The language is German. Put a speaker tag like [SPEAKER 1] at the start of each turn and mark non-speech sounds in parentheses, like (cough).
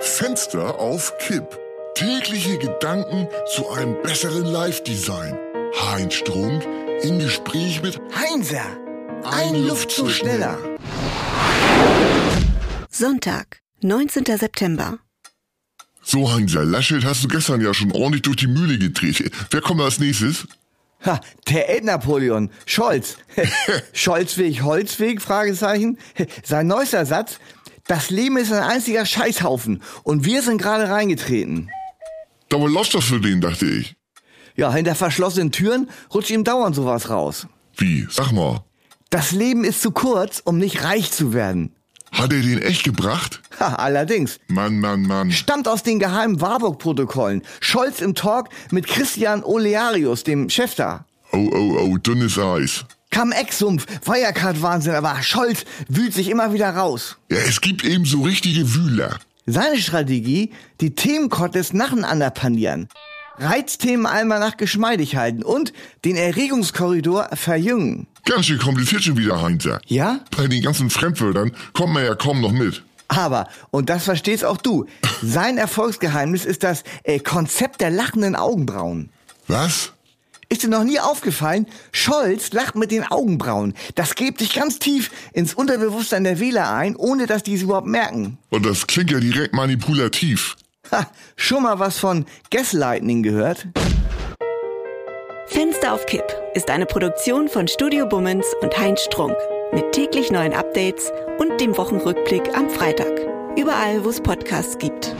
[SPEAKER 1] Fenster auf Kipp. Tägliche Gedanken zu einem besseren Live-Design. Heinz Strunk im Gespräch mit
[SPEAKER 2] Heinser,
[SPEAKER 1] Ein Luftzug ne? schneller.
[SPEAKER 3] Sonntag, 19. September.
[SPEAKER 1] So Hansa Laschet hast du gestern ja schon ordentlich durch die Mühle gedreht. Wer kommt als nächstes?
[SPEAKER 2] Ha, der Ed-Napoleon, Scholz.
[SPEAKER 1] (laughs)
[SPEAKER 2] Scholzweg, Holzweg, Fragezeichen. Sein neuester Satz, das Leben ist ein einziger Scheißhaufen und wir sind gerade reingetreten.
[SPEAKER 1] Da war läuft das für den, dachte ich.
[SPEAKER 2] Ja, hinter verschlossenen Türen rutscht ihm dauernd sowas raus.
[SPEAKER 1] Wie? Sag mal.
[SPEAKER 2] Das Leben ist zu kurz, um nicht reich zu werden.
[SPEAKER 1] Hat er den echt gebracht?
[SPEAKER 2] Ha, allerdings.
[SPEAKER 1] Mann, Mann, Mann.
[SPEAKER 2] Stammt aus den geheimen Warburg-Protokollen. Scholz im Talk mit Christian Olearius, dem Chef da.
[SPEAKER 1] Oh, oh, oh, dünnes Eis.
[SPEAKER 2] Cum-Ex-Sumpf, Wirecard-Wahnsinn, aber Scholz wühlt sich immer wieder raus.
[SPEAKER 1] Ja, es gibt eben so richtige Wühler.
[SPEAKER 2] Seine Strategie, die Themenkotels nacheinander panieren. Reizthemen einmal nach geschmeidig halten und den Erregungskorridor verjüngen.
[SPEAKER 1] Ganz schön kompliziert schon wieder, Heinzer.
[SPEAKER 2] Ja?
[SPEAKER 1] Bei den ganzen Fremdwörtern kommt man ja kaum noch mit.
[SPEAKER 2] Aber, und das verstehst auch du, sein Erfolgsgeheimnis ist das äh, Konzept der lachenden Augenbrauen.
[SPEAKER 1] Was?
[SPEAKER 2] Ist dir noch nie aufgefallen? Scholz lacht mit den Augenbrauen. Das gräbt sich ganz tief ins Unterbewusstsein der Wähler ein, ohne dass die es überhaupt merken.
[SPEAKER 1] Und das klingt ja direkt manipulativ.
[SPEAKER 2] Ha, schon mal was von Gaslightning gehört?
[SPEAKER 3] Fenster auf Kipp ist eine Produktion von Studio Bummens und Heinz Strunk. Mit täglich neuen Updates und dem Wochenrückblick am Freitag. Überall, wo es Podcasts gibt.